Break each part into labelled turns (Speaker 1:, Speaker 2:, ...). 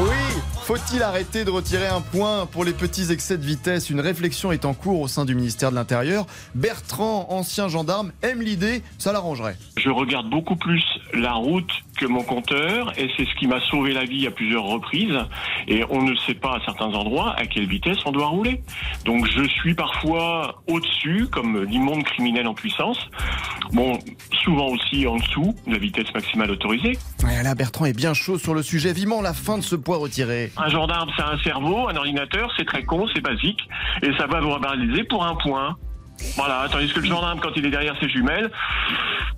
Speaker 1: Oui faut-il arrêter de retirer un point pour les petits excès de vitesse Une réflexion est en cours au sein du ministère de l'Intérieur. Bertrand, ancien gendarme, aime l'idée, ça l'arrangerait.
Speaker 2: Je regarde beaucoup plus la route que mon compteur et c'est ce qui m'a sauvé la vie à plusieurs reprises et on ne sait pas à certains endroits à quelle vitesse on doit rouler. Donc je suis parfois au-dessus comme l'immonde criminel en puissance, bon souvent aussi en dessous de la vitesse maximale autorisée.
Speaker 1: Ouais, là, Bertrand est bien chaud sur le sujet, vivement la fin de ce poids retiré.
Speaker 2: Un gendarme c'est un cerveau, un ordinateur c'est très con, c'est basique et ça va vous verbaliser pour un point. Voilà, tandis que le gendarme quand il est derrière ses jumelles,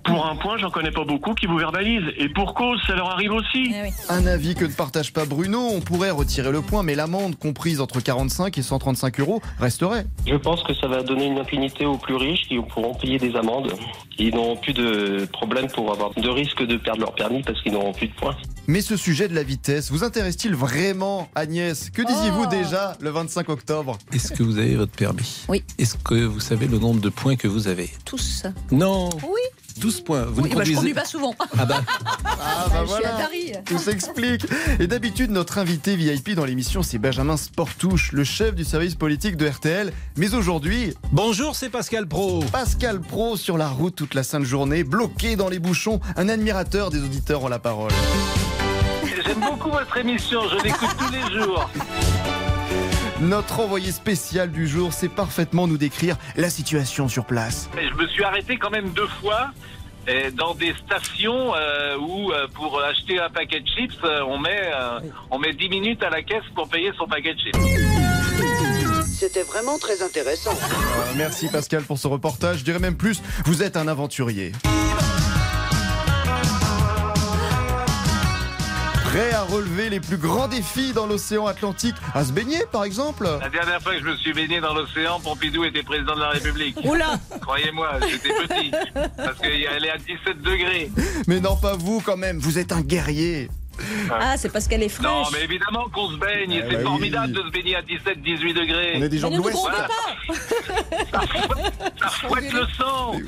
Speaker 2: pour un point j'en connais pas beaucoup qui vous verbalisent et pour cause ça leur arrive aussi.
Speaker 3: eh oui.
Speaker 1: Un avis que ne partage pas Bruno, on pourrait retirer le point, mais l'amende comprise entre 45 et 135 euros resterait.
Speaker 4: Je pense que ça va donner une impunité aux plus riches qui pourront payer des amendes. Ils n'auront plus de problème pour avoir de risque de perdre leur permis parce qu'ils n'auront plus de points.
Speaker 1: Mais ce sujet de la vitesse vous intéresse-t-il vraiment, Agnès Que disiez-vous
Speaker 3: Oh
Speaker 1: déjà le 25 octobre
Speaker 5: Est-ce que vous avez votre permis
Speaker 3: Oui.
Speaker 5: Est-ce que vous savez le nombre de points que vous avez
Speaker 3: tous.
Speaker 5: Non
Speaker 3: Oui.
Speaker 5: 12 points. Vous ne
Speaker 3: oui, bah, je
Speaker 5: conduisez-
Speaker 3: conduis pas souvent.
Speaker 5: Ah bah,
Speaker 1: Ah bah
Speaker 3: Je suis à Paris.
Speaker 1: Tout s'explique. Et d'habitude, notre invité VIP dans l'émission, c'est Benjamin Sportouche, le chef du service politique de RTL. Mais aujourd'hui,
Speaker 5: Bonjour, c'est Pascal Pro.
Speaker 1: Pascal Pro sur la route toute la sainte journée, bloqué dans les bouchons. Un admirateur des auditeurs en la parole.
Speaker 6: J'aime beaucoup votre émission, je l'écoute tous les jours.
Speaker 1: Notre envoyé spécial du jour sait parfaitement nous décrire la situation sur place.
Speaker 6: Je me suis arrêté quand même deux fois euh, dans des stations euh, où euh, pour acheter un paquet de chips, euh, on met, euh, on met 10 minutes à la caisse pour payer son paquet de chips.
Speaker 7: C'était vraiment très intéressant.
Speaker 1: Euh, merci Pascal pour ce reportage. Je dirais même plus, vous êtes un aventurier. Prêt à relever les plus grands défis dans l'océan Atlantique, à se baigner par exemple
Speaker 6: La dernière fois que je me suis baigné dans l'océan, Pompidou était président de la République.
Speaker 3: Oula
Speaker 6: Croyez-moi, j'étais petit. Parce qu'elle est à 17 degrés.
Speaker 1: Mais non, pas vous quand même, vous êtes un guerrier.
Speaker 3: Ah, c'est parce qu'elle est fraîche.
Speaker 6: Non, mais évidemment qu'on se baigne. et
Speaker 1: Ah, bah
Speaker 6: C'est
Speaker 1: oui.
Speaker 6: formidable de se baigner à 17, 18
Speaker 1: On est
Speaker 6: degrés.
Speaker 1: des gens
Speaker 3: Mais
Speaker 1: de
Speaker 3: ne nous
Speaker 1: l'Ouest.
Speaker 3: trompez
Speaker 6: Voilà.
Speaker 3: pas
Speaker 6: Ça fouette le sang.
Speaker 1: Eh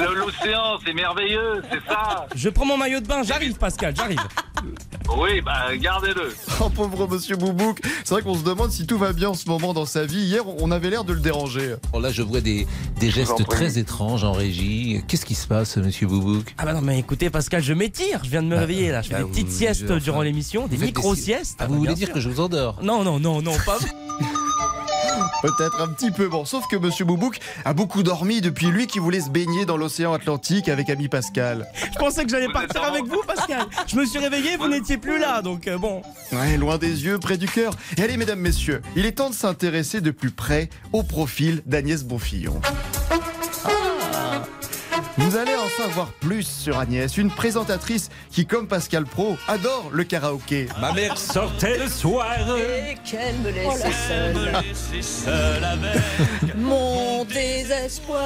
Speaker 6: Le- L'océan, c'est merveilleux, c'est ça.
Speaker 8: Je prends mon maillot de bain, j'arrive Pascal, j'arrive.
Speaker 6: Oui, bah gardez-le.
Speaker 1: Oh pauvre monsieur Boubouk. C'est vrai qu'on se demande si tout va bien en ce moment dans sa vie. Hier, on avait l'air de le déranger.
Speaker 9: Bon, Oh, là, je vois des, des gestes très étranges en régie. Qu'est-ce qui se passe, monsieur Boubouk
Speaker 8: Ah bah non mais écoutez Pascal, je m'étire, je viens de me réveiller là, je fais
Speaker 9: bah,
Speaker 8: des petites
Speaker 9: vous-
Speaker 8: siestes
Speaker 9: enfin,
Speaker 8: durant l'émission, des
Speaker 9: Vous faites
Speaker 8: micro-siestes.
Speaker 9: Ah,
Speaker 8: Ah,
Speaker 9: vous
Speaker 8: bah,
Speaker 9: voulez
Speaker 8: bien
Speaker 9: dire
Speaker 8: sûr.
Speaker 9: que je vous endors
Speaker 8: Non, non, non, non, pas
Speaker 1: Peut-être un petit peu bon. Sauf que monsieur Boubouk a beaucoup dormi depuis lui qui voulait se baigner dans l'océan Atlantique avec ami Pascal.
Speaker 8: Je pensais que j'allais
Speaker 6: Vous
Speaker 8: partir
Speaker 6: êtes en-
Speaker 8: avec vous Pascal. Je me suis réveillé, vous n'étiez plus là, donc euh, bon.
Speaker 1: Ouais, loin des yeux, près du cœur. Et allez, mesdames, messieurs, il est temps de s'intéresser de plus près au profil d'Agnès Bonfillon. Vous allez en savoir plus sur Agnès, une présentatrice qui, comme Pascal Pro, adore le karaoké.
Speaker 5: Ma mère sortait le soir.
Speaker 3: Et qu'elle me laisse seule. Mon désespoir.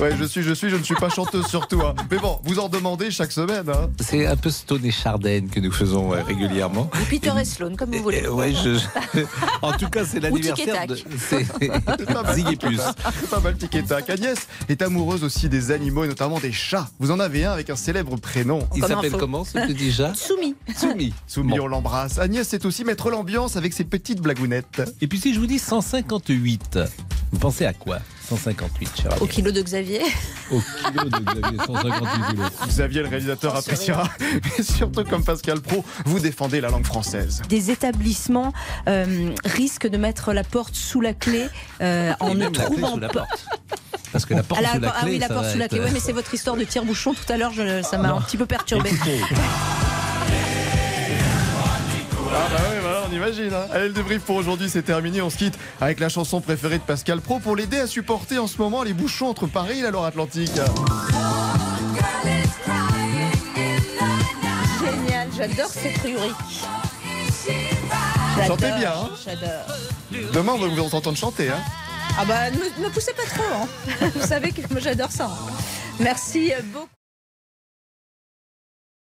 Speaker 1: Ouais, je suis, je suis, je ne suis pas chanteuse surtout. hein. Mais bon, vous en demandez chaque semaine. hein.
Speaker 9: C'est un peu Stone et Chardenne que nous faisons euh, régulièrement.
Speaker 3: Peter et Sloan, comme vous Ah, voulez.
Speaker 9: Euh, ouais, je- je- En tout cas, c'est l'anniversaire
Speaker 3: Tic
Speaker 9: de.
Speaker 3: et
Speaker 9: C'est
Speaker 1: pas mal.
Speaker 9: Zig et plus.
Speaker 1: C'est pas mal tic et tac. Agnès est amoureuse aussi des animaux et notamment des chats. Vous en avez un avec un célèbre prénom.
Speaker 9: Il
Speaker 3: Comme
Speaker 9: s'appelle
Speaker 3: info.
Speaker 9: comment ce petit chat
Speaker 3: Soumis.
Speaker 9: Soumi.
Speaker 1: Soumis,
Speaker 9: Bon.
Speaker 1: on l'embrasse. Agnès c'est aussi mettre l'ambiance avec ses petites blagounettes.
Speaker 9: Et puis, si je vous dis 158, vous pensez à quoi 158, cher
Speaker 3: Au
Speaker 9: ami.
Speaker 3: kilo de Xavier.
Speaker 9: Au kilo de Xavier, 158 kilos.
Speaker 1: Xavier, le réalisateur, appréciera. Mais surtout, comme Pascal Pro, vous défendez la langue française.
Speaker 10: des établissements euh, risquent de mettre la porte sous la clé euh, en
Speaker 9: Et
Speaker 10: ne
Speaker 9: même la clé
Speaker 10: trouvant
Speaker 9: sous la
Speaker 10: pas.
Speaker 9: porte. Parce que la porte
Speaker 10: Ah, la-
Speaker 9: sous la clé.
Speaker 10: ah oui, la
Speaker 9: ça
Speaker 10: porte
Speaker 9: va
Speaker 10: sous la
Speaker 9: être- euh,
Speaker 10: clé. Oui, mais c'est votre histoire de tire-bouchon tout à l'heure, je- ça m'a un petit peu perturbé.
Speaker 9: Écoutez,
Speaker 1: Ah bah oui, voilà, on imagine. hein. Allez, le débrief pour aujourd'hui, c'est terminé. On se quitte avec la chanson préférée de Pascal Pro pour l'aider à supporter en ce moment les bouchons entre Paris et la Loire-Atlantique.
Speaker 3: Génial, j'adore ces truries.
Speaker 1: Chantez bien, hein.
Speaker 3: J'adore.
Speaker 1: Demain, on va vous entendre chanter. Hein.
Speaker 3: Ah bah, ne me poussez pas trop. hein. Vous savez que moi, j'adore ça. hein. Merci beaucoup.